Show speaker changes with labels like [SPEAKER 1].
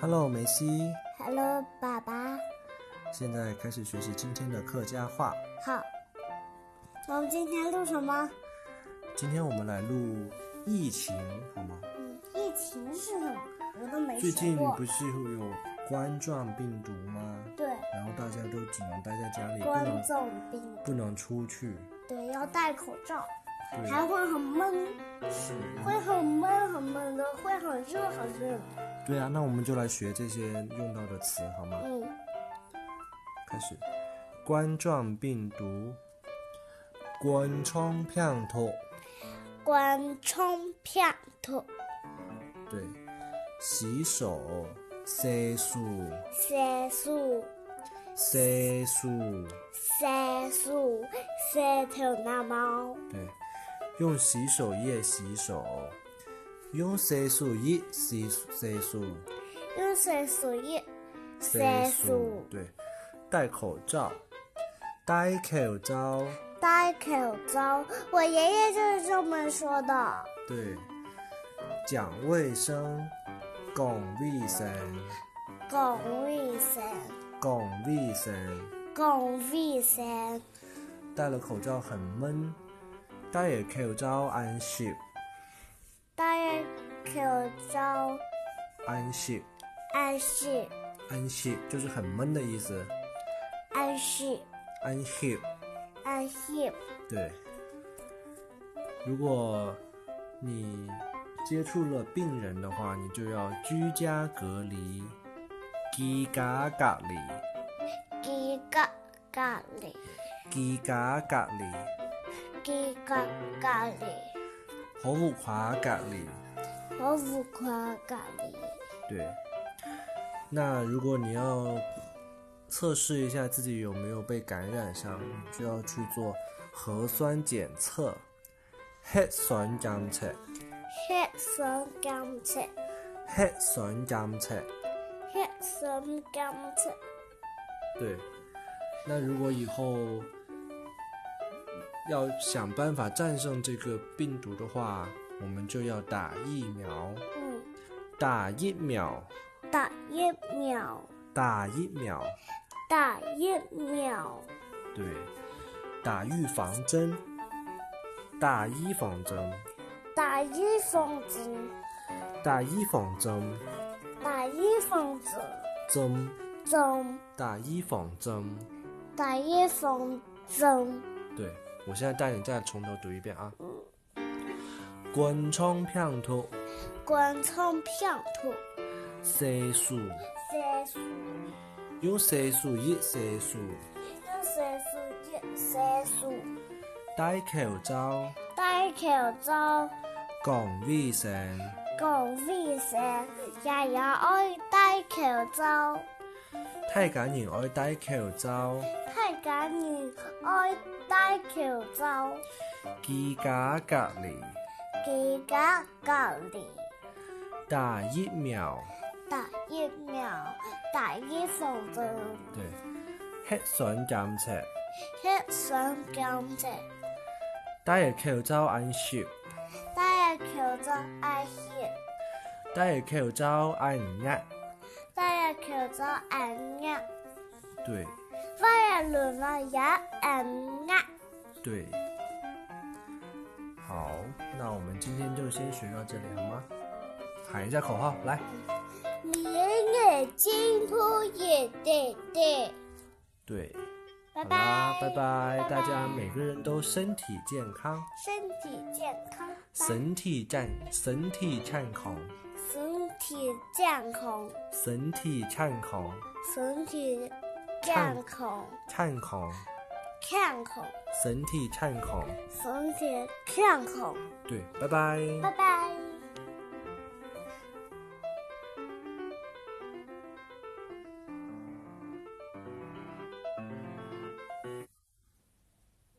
[SPEAKER 1] Hello，梅西，
[SPEAKER 2] Hello，爸爸，
[SPEAKER 1] 现在开始学习今天的客家话。
[SPEAKER 2] 好。我们今天录什么？
[SPEAKER 1] 今天我们来录疫情，好吗？
[SPEAKER 2] 嗯，疫情是什么？我都没
[SPEAKER 1] 最
[SPEAKER 2] 学
[SPEAKER 1] 近
[SPEAKER 2] 过
[SPEAKER 1] 不。是有冠状病毒吗？
[SPEAKER 2] 对，
[SPEAKER 1] 然后大家都只能待在家里，不
[SPEAKER 2] 冠
[SPEAKER 1] 能
[SPEAKER 2] 状病毒，
[SPEAKER 1] 不能出去。
[SPEAKER 2] 对，要戴口罩，
[SPEAKER 1] 对，
[SPEAKER 2] 还会很闷，
[SPEAKER 1] 是。
[SPEAKER 2] 会很闷很闷的，会很热很热。
[SPEAKER 1] 对啊，那我们就来学这些用到的词，好吗？
[SPEAKER 2] 嗯，
[SPEAKER 1] 开始，冠状病毒，冠状病毒，
[SPEAKER 2] 关冲片头，
[SPEAKER 1] 对，洗手，洗手，
[SPEAKER 2] 三数
[SPEAKER 1] 洗手，
[SPEAKER 2] 三数三头大猫，
[SPEAKER 1] 对，用洗手液洗手，用洗手液洗洗手，
[SPEAKER 2] 用三数一，
[SPEAKER 1] 洗
[SPEAKER 2] 洗
[SPEAKER 1] 手
[SPEAKER 2] 手，
[SPEAKER 1] 对，戴口罩，戴口罩，
[SPEAKER 2] 戴口罩。我爷爷就是这么说的。
[SPEAKER 1] 对，讲卫生，讲卫生。
[SPEAKER 2] 讲卫生，
[SPEAKER 1] 讲卫生，
[SPEAKER 2] 讲卫生，
[SPEAKER 1] 戴了口罩很闷，戴了口罩安息
[SPEAKER 2] 戴口罩，
[SPEAKER 1] 安息
[SPEAKER 2] 安息，
[SPEAKER 1] 安息，就是很闷的意思。
[SPEAKER 2] 安息，
[SPEAKER 1] 安息，
[SPEAKER 2] 安息，
[SPEAKER 1] 对。如果你接触了病人的话，你就要居家隔离，居家隔离，
[SPEAKER 2] 几个咖喱，
[SPEAKER 1] 居家隔离，
[SPEAKER 2] 几个咖喱，
[SPEAKER 1] 好无夸隔离。
[SPEAKER 2] 我五块咖喱，
[SPEAKER 1] 对，那如果你要测试一下自己有没有被感染上，你就要去做核酸检测，核酸检测，
[SPEAKER 2] 黑酸甘蔗，
[SPEAKER 1] 核酸检测。
[SPEAKER 2] 黑酸甘蔗，
[SPEAKER 1] 对，那如果以后要想办法战胜这个病毒的话，我们就要打疫苗，
[SPEAKER 2] 嗯，
[SPEAKER 1] 打疫苗，
[SPEAKER 2] 打疫苗，
[SPEAKER 1] 打疫苗，
[SPEAKER 2] 打疫苗，
[SPEAKER 1] 对，打预防针，打预防针。
[SPEAKER 2] 打预防针，
[SPEAKER 1] 打预防针，
[SPEAKER 2] 打预防针，
[SPEAKER 1] 针
[SPEAKER 2] 针。
[SPEAKER 1] 打预防针。
[SPEAKER 2] 打预防针，
[SPEAKER 1] 对我现在带你再从头读一遍啊。滚冲片头，
[SPEAKER 2] 关窗片头，
[SPEAKER 1] 洗手，
[SPEAKER 2] 三数
[SPEAKER 1] 用洗手液洗手，
[SPEAKER 2] 用三数一三数，
[SPEAKER 1] 戴口罩，
[SPEAKER 2] 戴口罩，
[SPEAKER 1] 讲卫生，
[SPEAKER 2] 讲卫生，也要爱戴口罩，
[SPEAKER 1] 太感人爱戴口罩，
[SPEAKER 2] 太感人爱戴口罩，
[SPEAKER 1] 居家隔离，
[SPEAKER 2] 居家隔离，
[SPEAKER 1] 打疫苗，
[SPEAKER 2] 打疫苗，打预防针，
[SPEAKER 1] 对，核酸检测，
[SPEAKER 2] 核酸检测，
[SPEAKER 1] 戴口罩按息，
[SPEAKER 2] 戴口罩爱惜。
[SPEAKER 1] 戴口罩按压，
[SPEAKER 2] 戴口罩按压，
[SPEAKER 1] 对。
[SPEAKER 2] 发现轮了也按压。
[SPEAKER 1] 对，好，那我们今天就先学到这里好吗？喊一下口号，来，
[SPEAKER 2] 你眼睛扑也得得。
[SPEAKER 1] 对，好
[SPEAKER 2] 拜
[SPEAKER 1] 啦拜
[SPEAKER 2] 拜，
[SPEAKER 1] 拜，大家每个人都身体健康，
[SPEAKER 2] 身体健康，
[SPEAKER 1] 身体健，身体健康，
[SPEAKER 2] 身体健康，
[SPEAKER 1] 身体健康，
[SPEAKER 2] 身体健康，
[SPEAKER 1] 健康，
[SPEAKER 2] 健康，
[SPEAKER 1] 身体健康，
[SPEAKER 2] 身体健康。
[SPEAKER 1] 对，拜拜。
[SPEAKER 2] 拜拜。